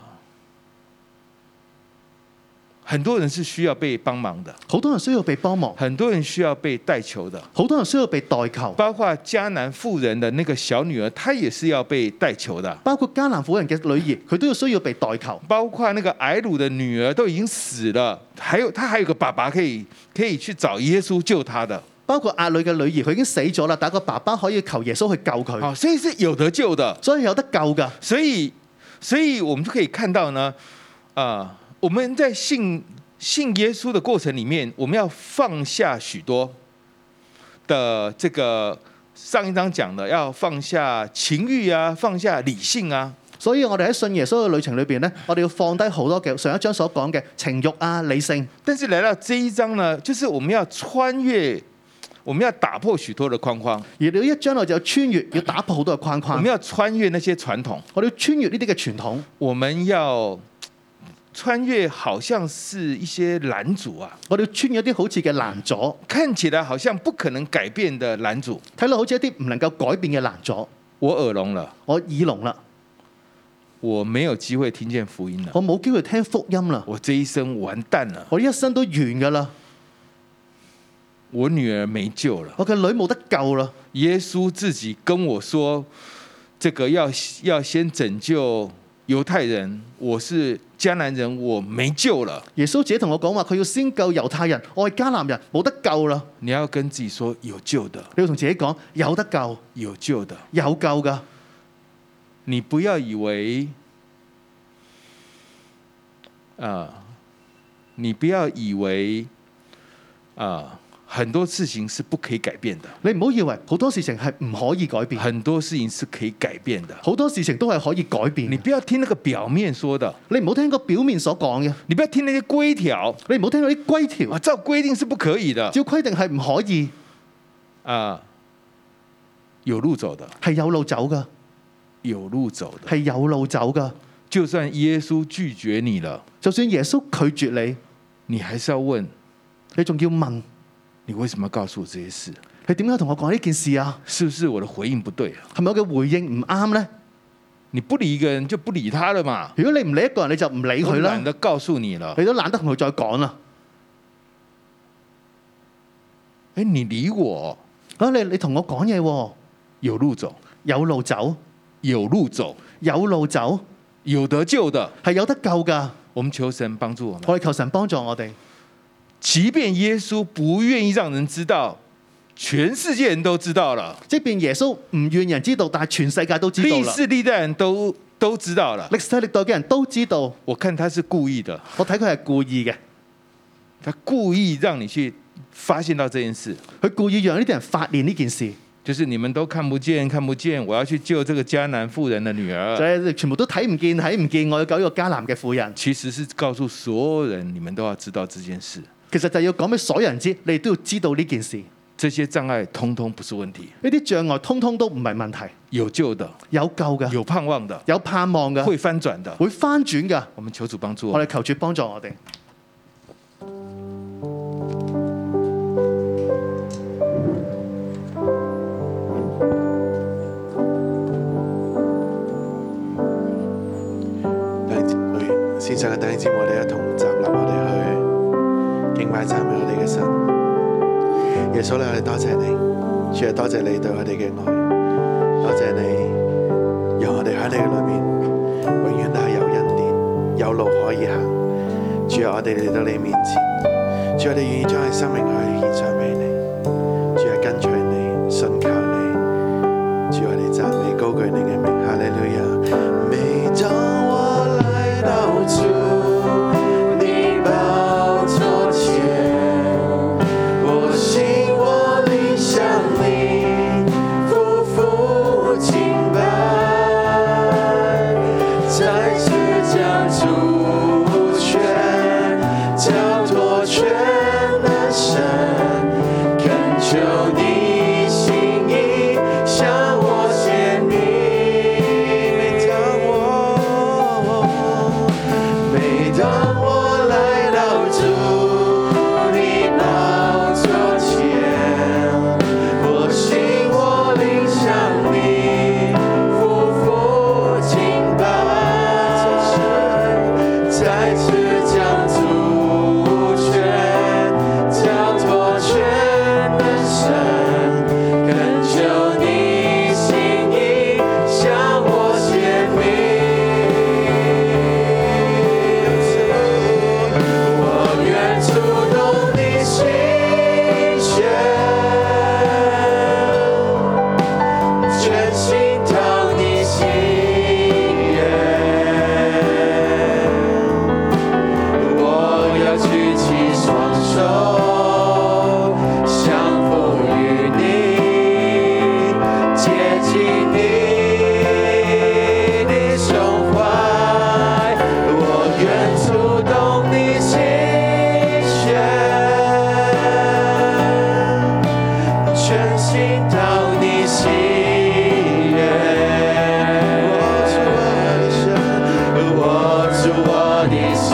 很多人是需要被幫忙的，好多人需要被幫忙，很多人需要被代求的，好多人需要被代求，包括迦南婦人的那個小女兒，她也是要被代求的。包括迦南婦人嘅女兒，佢都要需要被代求。包括那個艾魯的女兒都已經死了，還有她還有個爸爸可以可以去找耶穌救她的，包括阿女嘅女兒，佢已經死咗啦，但係個爸爸可以求耶穌去救佢，好，所以是有得救的，所以有得救㗎。所以所以我们就可以看到呢，啊、我们在信信耶稣的过程里面，我们要放下许多的这个上一章讲的，要放下情欲啊，放下理性啊，所以我哋喺信耶穌嘅旅程裏邊咧，我哋要放低好多嘅上一章所講嘅情慾啊、理性。但是来到这一章呢，就是我们要穿越，我们要打破许多的框框。而你一章內就有穿越，要打破好多嘅框我框们。要穿越那些传统，我哋要穿越呢啲嘅傳統，我们要穿越，好像是一些拦阻啊，我哋要穿越一啲好似嘅難阻，看起来好像不可能改变的拦阻。睇落好似一啲唔能夠改變嘅難阻。我耳聋了，我耳聾啦，我没有機會聽見福音了，我冇機會聽福音啦，我這一生完蛋了，我呢一生都完㗎啦，我女兒沒救了。我嘅女冇得救啦。耶穌自己跟我說，这个要要先拯救猶太人，我是迦南人，我沒救了。耶穌自己同我講話，佢要先救猶太人，我係迦南人，冇得救啦。你要跟自己說有救的，你要同自己講有得救，有救的。有救㗎。你不要以为，啊、你不要以为，啊、很多事情是不可以改變的，你唔好以為好多事情係唔可以改變，很多事情是可以改變的。好多事情都係可以改變你嘅。不要聽那個表面說的，你唔好聽個表面所講嘅，你不要聽那些規條你唔好聽到啲規條啊，，照規定是不可以的啊、啊照規定係唔可以，有路走的，係有路走噶，有路走的。係有路走噶。就算耶穌拒絕你了，就算耶穌拒絕你，你還是要問：你仲要問你為什麼要告訴我這些事？你點解同我講呢件事啊？是不是我的回應不對啊？係咪我嘅回應唔啱呢？你不理一個人就不理他了嘛，如果你唔理一個人，你就唔理我佢啦懶，得告訴你了。你都懶得同佢再講啦。哎，你理我，啊，你你同我講嘢喎，有路走，有路走，有路走，有路走有得救的。係有得救㗎。我們求神幫助我們，我哋求神幫助我哋，即便耶穌不願意讓人知道，全世界人都知道了，即便耶穌唔願人知道，但係全世界都知道歷啦。世歷代人都都知道了。歷世歷代嘅人都知道，我看他是故意的，我睇佢係故意嘅，他故意讓你去发現到這件事，佢故意讓呢啲人發現呢件事，就是你們都看不見，看不見，我要去救這個迦南婦人的女就兒。係你全部都睇唔見，睇唔見我要救呢個迦南嘅婦人。其實是告訴所有人，你們都要知道這件事，其實就要講俾所有人知，你哋都要知道呢件事，呢這些障礙通通不是問題，啲障礙通通都唔係問題，有救的，有救嘅，有盼望的，有盼望嘅，會翻轉的。會翻轉嘅。我們求主幫助我我們哋。求主幫助我哋。弟兄姊妹，線上嘅弟兄姊妹，我哋一同站立，我哋去敬拜讚美我哋嘅神。耶穌咧，我哋多謝你，主啊，多謝你對我哋嘅愛，多謝你讓我哋喺你嘅裏面，永遠都係有恩典，有路可以行。主啊，我哋嚟到你面前，主啊，我哋願意將我哋生命去獻上俾你，主啊，跟隨你，信靠你，主啊，我哋讚美高舉你嘅名，哈利路亞。每当我来到主你宝座前，我心我灵向你匍匐敬拜，再次将主权交托全能神，恳求你心意向我显明。每当我，每当我来到主你宝座前，我心我灵向你匍匐敬拜，再次将主权交托全能神。恳求你心意向我显明，我愿触动你心弦，全心讨你喜悦。我要举起双手，相逢于你，接近你的胸怀。我愿触动你心弦，全心到你喜悦。我主我的神。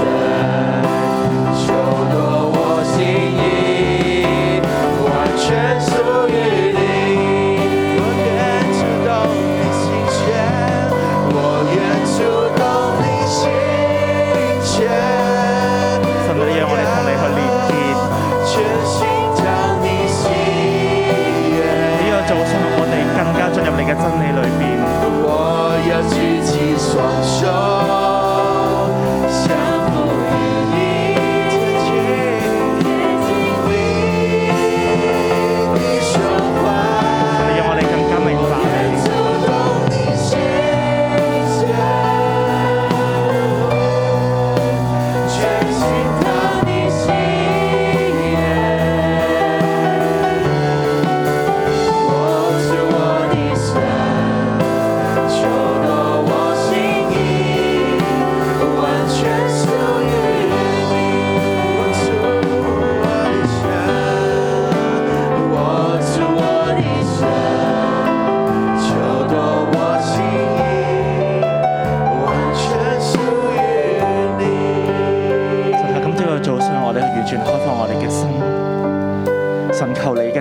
求夺我心意，完全属于你。我愿触动你心弦，我愿触动你心弦。神啊让我哋同你去连结全心将你喜悦。你让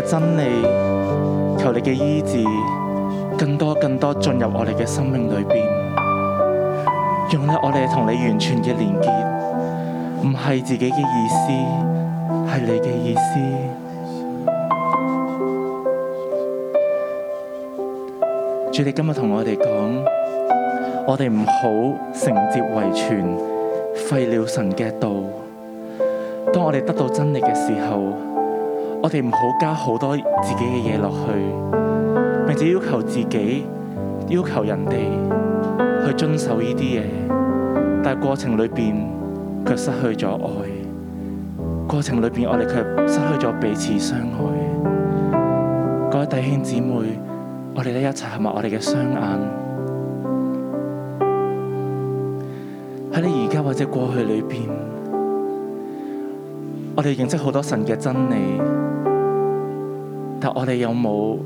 真理，求你嘅醫治更多更多進入我哋嘅生命裏邊，讓咧我哋同你完全嘅連結，唔係自己嘅意思，係你嘅意思。主，你今日同我哋講，我哋唔好承接遺傳，廢了神嘅道。當我哋得到真理嘅時候，我哋唔好加好多自己嘅嘢落去，並且要求自己、要求人哋去遵守呢啲嘢，但係過程裏邊卻失去咗愛，過程裏邊我哋卻失去咗彼此相愛。各位弟兄姊妹，我哋咧一齊合埋我哋嘅雙眼，喺你而家或者過去裏邊，我哋認識好多神嘅真理。但我哋有冇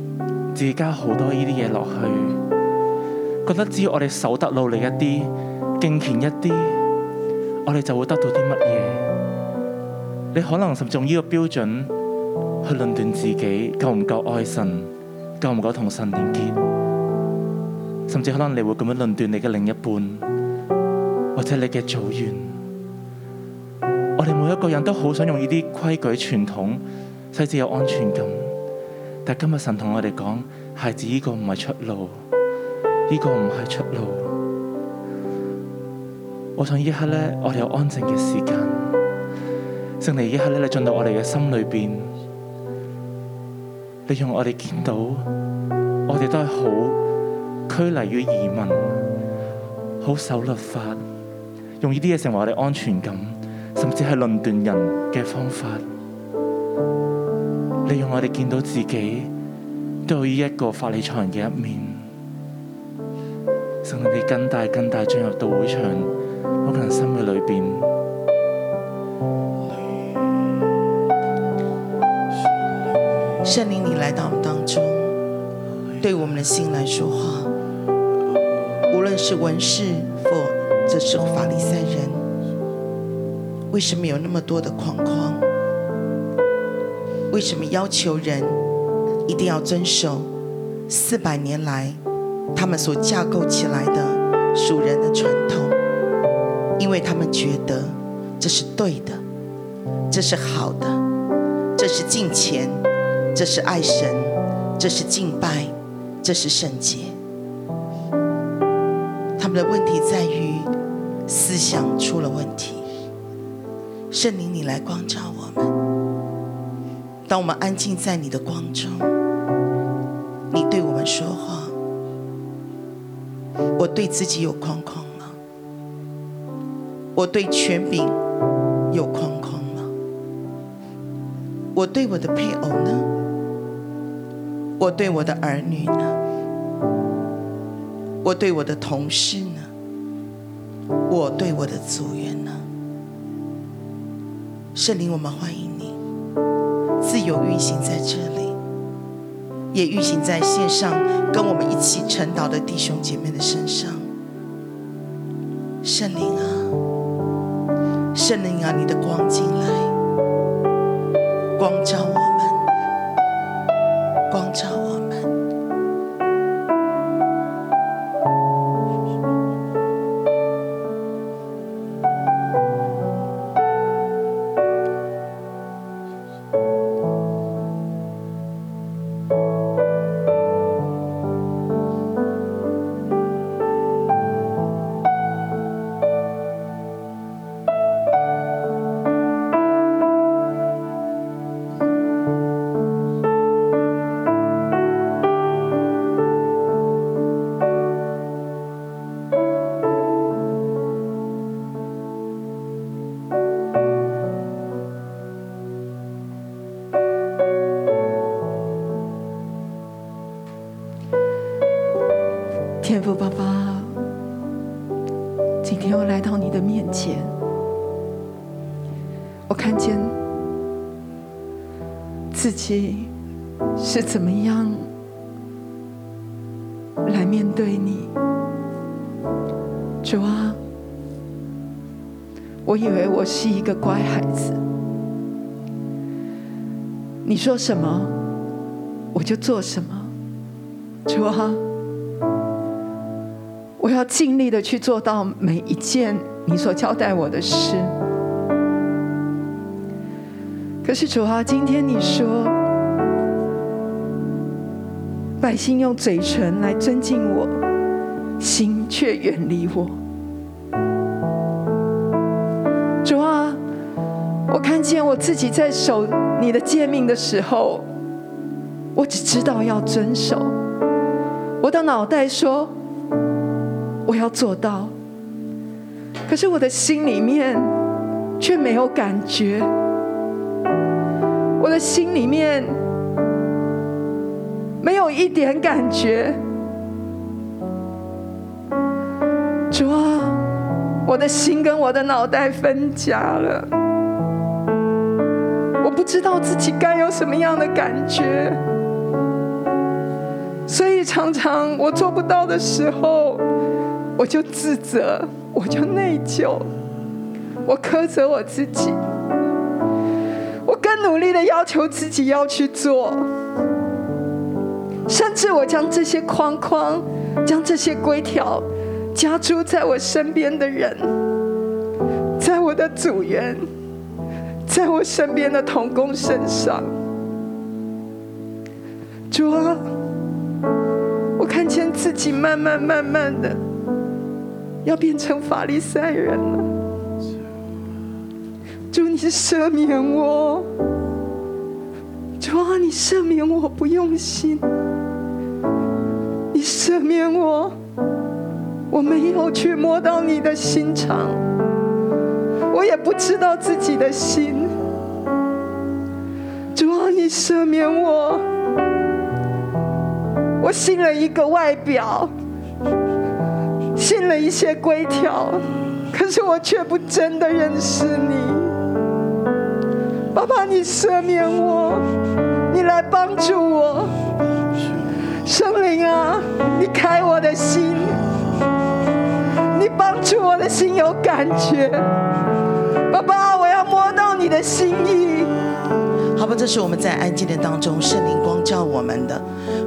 自己加好多呢啲嘢落去？覺得只要我哋守得努力一啲，敬虔一啲，我哋就會得到啲乜嘢？你可能甚至用呢個標準去論斷自己夠唔夠愛神，夠唔夠同神連結，甚至可能你會咁樣論斷你嘅另一半，或者你嘅組員。我哋每一個人都好想用呢啲規矩傳統，使至有安全感。但今日神同我哋講，孩子，呢個唔係出路，呢個唔係出路。我想呢一刻呢，我哋有安靜嘅時間。聖靈呢一刻呢，你進到我哋嘅心裏邊，你讓我哋見到，我哋都係好拘泥於移民，好守律法，用呢啲嘢成為我哋安全感，甚至係論斷人嘅方法。你讓我哋見到自己都有呢一個法理裁人嘅一面。神，你更大更大進入到會場每個人心嘅裏邊。圣灵，你来到我们当中，对我们的心来说话。无论是文士或者是法利赛人，为什么有那么多的框框？为什么要求人一定要遵守四百年来他们所架构起来的属人的传统？因为他们觉得这是对的，这是好的，这是敬虔，这是爱神，这是敬拜，这是圣洁。他们的问题在于思想出了问题。圣灵，你来光照我们。当我们安静在你的光中，你对我们说话。我对自己有框框了，我对权柄有框框了，我对我的配偶呢？我对我的儿女呢？我对我的同事呢？我对我的组员呢？圣灵，我们欢迎你，自由运行在这里，也运行在线上跟我们一起晨祷的弟兄姐妹的身上。圣灵啊，圣灵啊，你的光进来，光照我们，光照我们。天父爸爸，今天我来到你的面前，我看见自己是怎么样来面对你。主啊，我以为我是一个乖孩子，你说什么我就做什么。主啊，我要尽力的去做到每一件你所交代我的事。可是主啊，今天你说，百姓用嘴唇来尊敬我，心却远离我。主啊，我看见我自己在守你的诫命的时候，我只知道要遵守，我的脑袋说我要做到，可是我的心里面却没有感觉，我的心里面没有一点感觉。主啊，我的心跟我的脑袋分家了。我不知道自己该有什么样的感觉，所以常常我做不到的时候，我就自责，我就内疚，我苛责我自己，我更努力的要求自己要去做，甚至我将这些框框，将这些规条加诸在我身边的人，在我的组员。在我身边的童工身上。主啊，我看见自己慢慢慢慢的要变成法利赛人了。主，你赦免我。主啊，你赦免我不用心。你赦免我，我没有去摸到你的心肠。我也不知道自己的心。主啊，你赦免我，我信了一个外表，信了一些规条，可是我却不真的认识你。爸爸，你赦免我，你来帮助我。圣灵啊，你开我的心，你帮助我的心有感觉。爸爸，我要摸到你的心意。好吧，这是我们在安静的当中，圣灵光照我们的。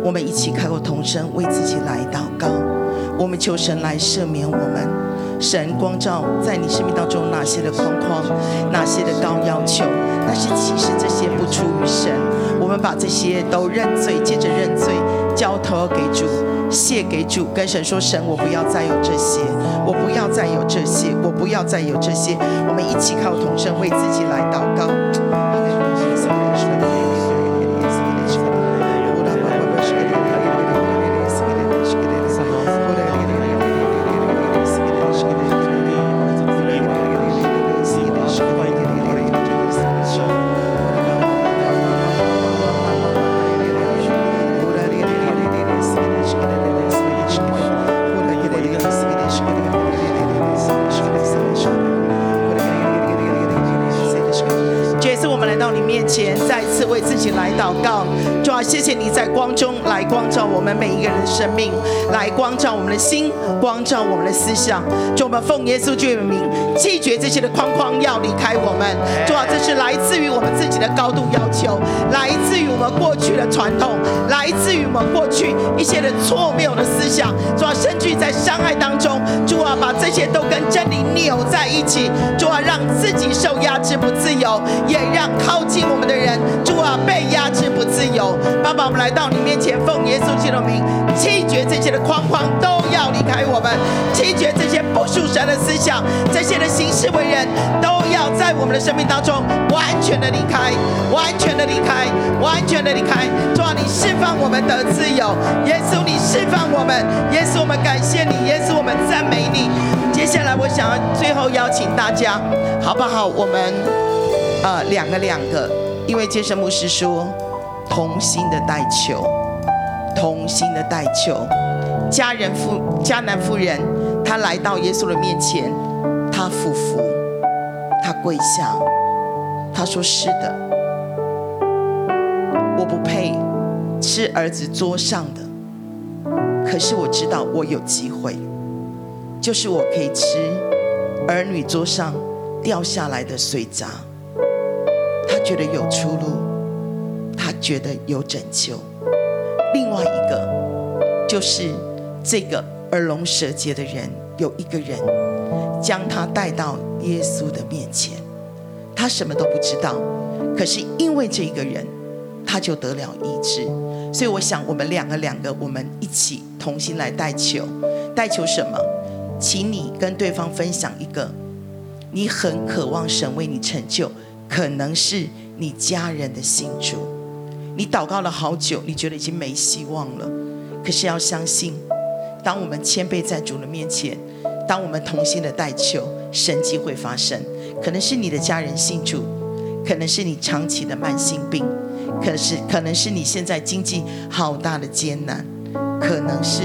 我们一起开口同声为自己来祷告，我们求神来赦免我们。神光照在你生命当中哪些的框框，哪些的高要求，但是其实这些不出于神。我们把这些都认罪，接着认罪，交头给主，谢给主，跟神说：神，我不要再有这些，我不要再有这些，我不要再有这些。我们一起靠同声为自己来祷告。这一次我们来到你面前，再一次为自己来祷告。主啊，谢谢你在光中来光照我们每一个人的生命，来光照我们的心，光照我们的思想。主，我们奉耶稣基督的名，拒绝这些的框框要离开我们。主啊，这是来自于我们自己的高度要求，来自于我们过去的传统，来自于我们过去一些的错谬的思想。主啊，甚至在伤害当中，主啊，把这些都跟真理扭在一起。主啊，让自己受压制不自由，也让靠近我们的人，主啊，被压制不自由。爸爸，我们来到你面前，奉耶稣基督的名，弃绝这些的框框都要离开我们，弃绝这些不属神的思想，这些的行事为人都要在我们的生命当中完全的离开，完全的离开，完全的离开。主啊，你释放我们得自由，耶稣，你释放我们，耶稣，我们感谢你，耶稣，我们赞美你。接下来，我想要最后邀请大家，好不好？我们。呃，两个两个，因为接生牧师说，同心的代求，同心的代求。家人妇迦南妇人，她来到耶稣的面前，她俯伏，她跪下，她说：“是的，我不配吃儿子桌上的，可是我知道我有机会，就是我可以吃儿女桌上掉下来的碎渣。”他觉得有出路，他觉得有拯救，另外一个就是这个耳聋舌结的人，有一个人将他带到耶稣的面前，他什么都不知道，可是因为这个人，他就得了医治。所以我想，我们两个两个，我们一起同心来代求，代求什么？请你跟对方分享一个你很渴望神为你成就，可能是你家人的信主。你祷告了好久，你觉得已经没希望了，可是要相信，当我们谦卑在主的面前，当我们同心的代求，神迹会发生。可能是你的家人信主，可能是你长期的慢性病，可是可能是你现在经济好大的艰难，可能是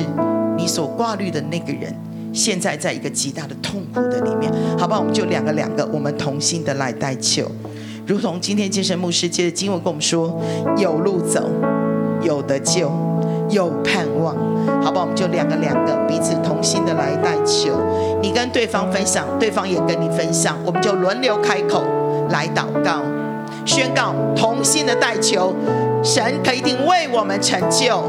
你所挂虑的那个人。现在在一个极大的痛苦的里面，好不好？我们就两个两个，我们同心的来代求，如同今天健身牧师接着经文跟我们说：有路走，有得救，有盼望，好不好？我们就两个两个，彼此同心的来代求。你跟对方分享，对方也跟你分享，我们就轮流开口来祷告，宣告同心的代求，神可以定为我们成就。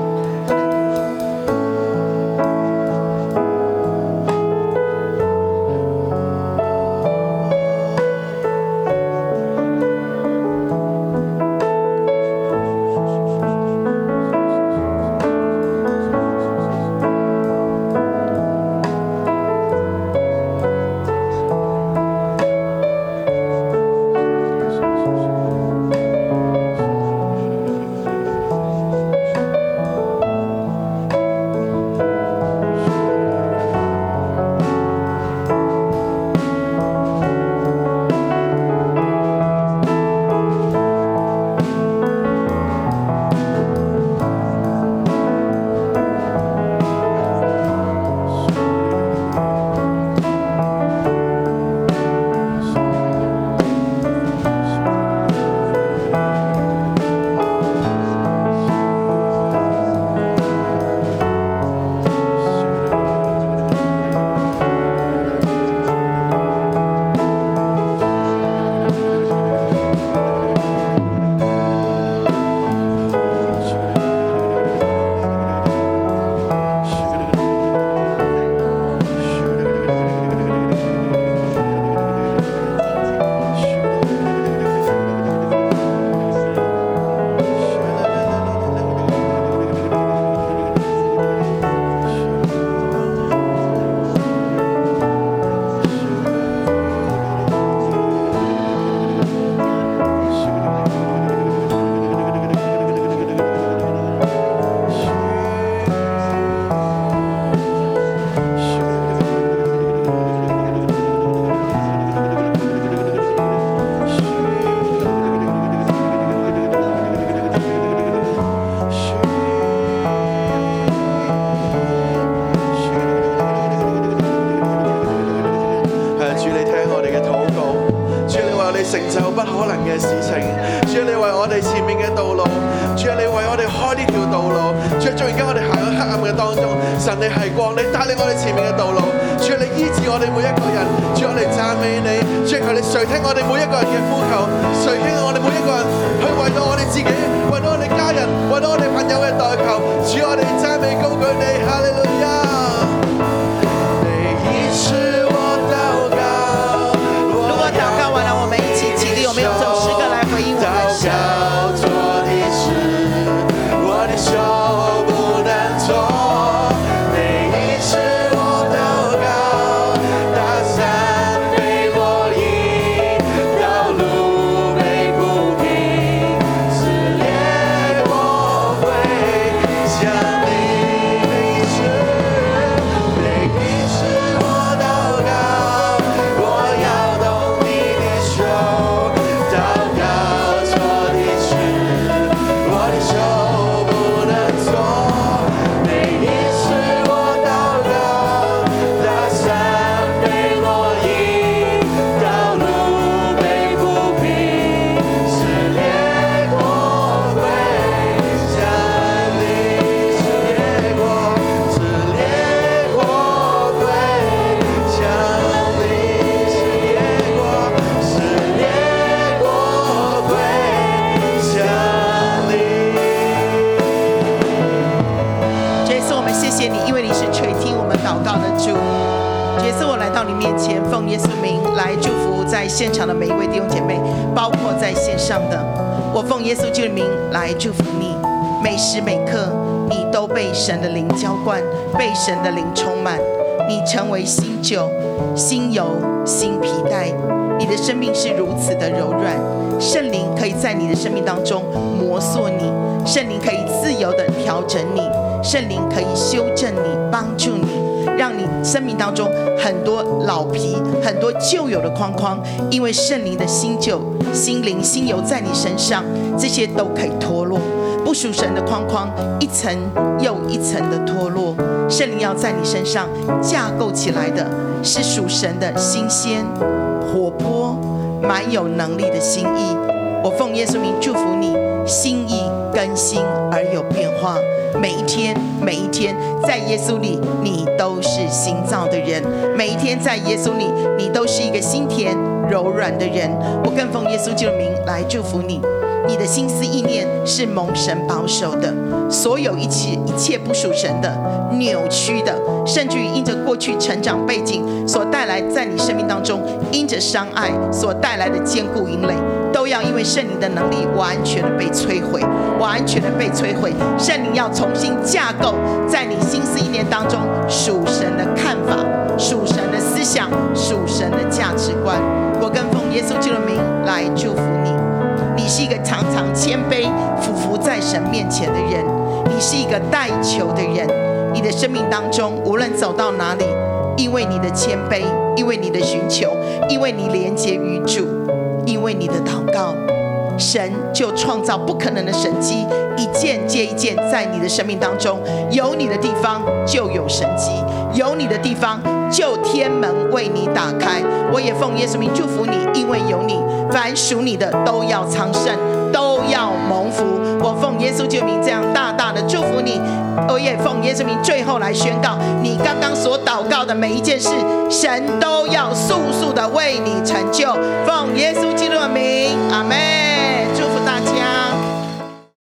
係主你聽我哋嘅禱告，主你為我哋成就不可能嘅事情，主你為我哋前面嘅道路，主你為我哋開呢條道路，主縱然間我哋行喺黑暗嘅當中，神你係光，你帶領我哋前面嘅道路，主你醫治我哋每一個人，主我哋讚美你，主求你垂聽我哋每一個人嘅呼求，垂聽我哋每一個人去為到我哋自己，為到我哋家人，為到我哋朋友嘅代求，主我哋讚美高舉你，哈利路亞。每一次我祷告，我如果要祷告完了，我们一起起立，我们用这首诗歌来回应我祷们的神。告做的事，我的手不能做。每一次我祷告，大山被挪移，道路被铺平，撕裂我会向你飞驰。祷告的主。主耶稣，我来到你面前，奉耶稣名来祝福在现场的每一位弟兄姐妹，包括在线上的。我奉耶稣基督的名来祝福你，每时每刻你都被神的灵浇灌，被神的灵充满，你成为新酒、新油、新皮带，你的生命是如此的柔软。圣灵可以在你的生命当中磨塑你，圣灵可以自由的调整你，圣灵可以修正你，帮助你。让你生命当中很多老皮、很多旧有的框框，因为圣灵的新旧、心灵、新油在你身上，这些都可以脱落。不属神的框框一层又一层的脱落，圣灵要在你身上架构起来的是属神的新鲜、活泼、蛮有能力的心意。我奉耶稣名祝福你，心意更新而有变化。每一天，每一天，在耶稣里，你都是新造的人；每一天，在耶稣里，你都是一个心田柔软的人。我更奉耶稣基督的名来祝福你，你的心思意念是蒙神保守的，所有一切一切不属神的、扭曲的，甚至于因着过去成长背景所带来在你生命当中因着伤害所带来的坚固营垒，都要因为圣灵的能力完全的被摧毁，完全的被摧毁。圣灵要重新架构在你心思意念当中属神的看法、属神的思想、属神的价值观。我跟奉耶稣基督的名来祝福你，你是一个常常谦卑、俯伏在神面前的人，你是一个带球的人。你的生命当中，无论走到哪里，因为你的谦卑，因为你的寻求，因为你连接于主，因为你的祷告，神就创造不可能的神迹，一件接一件在你的生命当中，有你的地方就有神迹，有你的地方就天门为你打开。我也奉耶稣名祝福你，因为有你，凡属你的都要昌盛，都要蒙福。我奉耶稣救名这样大大的祝福你。我也奉耶稣名最后来宣告，你刚刚所祷告的每一件事，神都要速速的为你成就。奉耶稣基督的名，阿门。